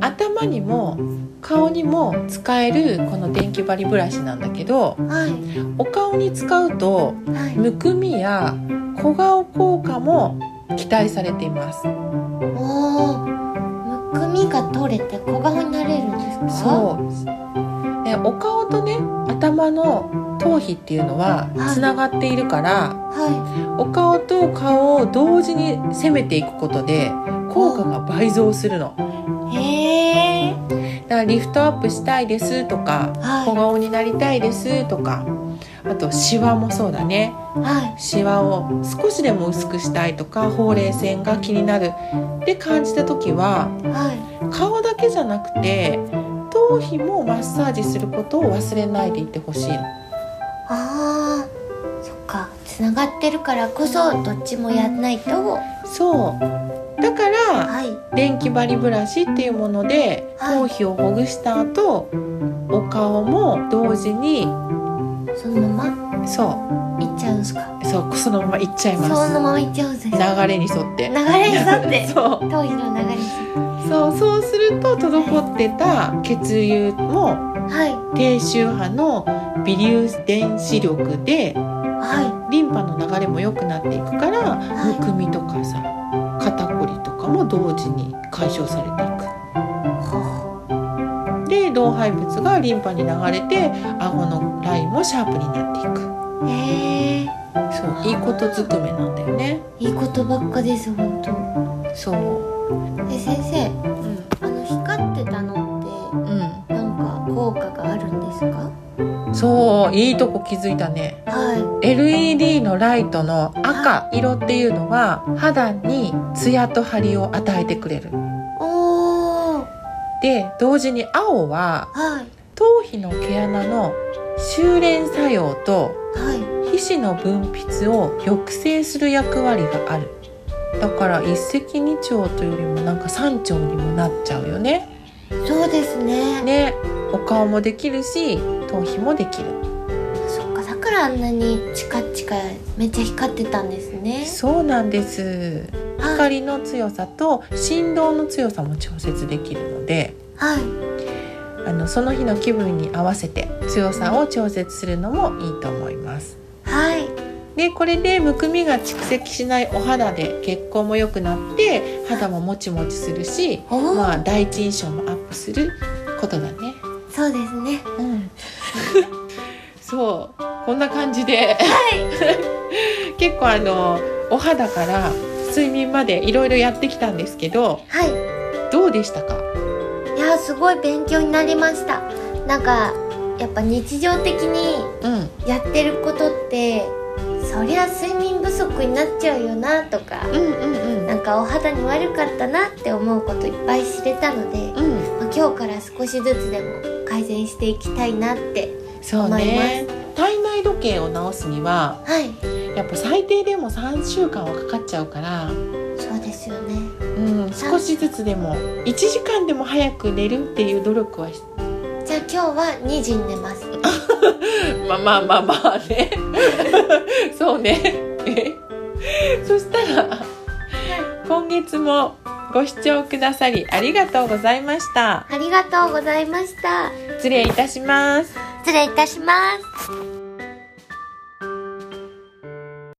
頭にも顔にも使えるこの電気バリブラシなんだけどはいお顔に使うとはいむくみや小顔効果も期待されていますおーむくみが取れて小顔になれるんですかそうでお顔とね頭の頭皮っていうのははいつながっているからはお顔と顔を同時に攻めていくことで効果が倍増するのいへえだからリフトアップしたいですとか小は顔になりたいですとかあとシワもそうだねいはシワを少しでも薄くしたいとかほうれい線が気になるって感じた時はいはい顔だけじゃなくて頭皮もマッサージすることを忘れないでいてほしいのあーそっかつながってるからこそどっちもやんないとはそうだからい電気バリブラシっていうものではい頭皮をほぐした後お顔も同時にそのままそいっちゃうんですかうそうそのままいっちゃいそますのままいっちゃうんですか流れに沿って流れに沿って そう頭皮の流れに沿ってそうそうすると滞ってた血流もはい低周波の微粒電子力ではリンパの流れも良くなっていくからいむはくみとかさ肩こりとかも同時に解消されていくいはで老廃物がリンパに流れて顎のラインもシャープになっていくあへえそういいことずくめなんだよねいいことばっかです本当そうえ先う生んあの光ってたのってなんか効果があるんですかうんそういいとこ気づいたねは LED のライトの赤色っていうのは肌にツヤと張りを与えてくれるいおーで同時に青ははい頭皮の毛穴の修練作用とは皮脂の分泌を抑制する役割があるだから一石二鳥というよりもなんか三鳥にもなっちゃうよねいそうですねねお顔もできるし頭皮もできるそっかだからあんなにチカチカめっちゃ光ってたんですねそうなんですはい光の強さと振動の強さも調節できるのではいあのその日の気分に合わせて強さを調節するのもいいと思いますはいでこれでむくみが蓄積しないお肌で血行も良くなって肌ももちもちするしおお、まあ第一印象もアップすることだねそうですねうん そうこんな感じで、 結構あのお肌から睡眠までいろいろやってきたんですけどはいどうでしたかいやすごい勉強になりましたなんかやっぱ日常的にうんやってることってそりゃ睡眠不足になっちゃうよなとかうんうんなんかお肌に悪かったなって思うこといっぱい知れたので、うんまあ今日から少しずつでも改善していきたいなってそうね体内時計を直すにははいやっぱ最低でも3週間はかかっちゃうから、そうですよねうん、少しずつでも1時間でも早く寝るっていう努力はしじゃあ今日は2時に寝ますまあまあまあまあね そうねえそしたら今月もご視聴くださりありがとうございましたありがとうございました失礼いたします失礼いたします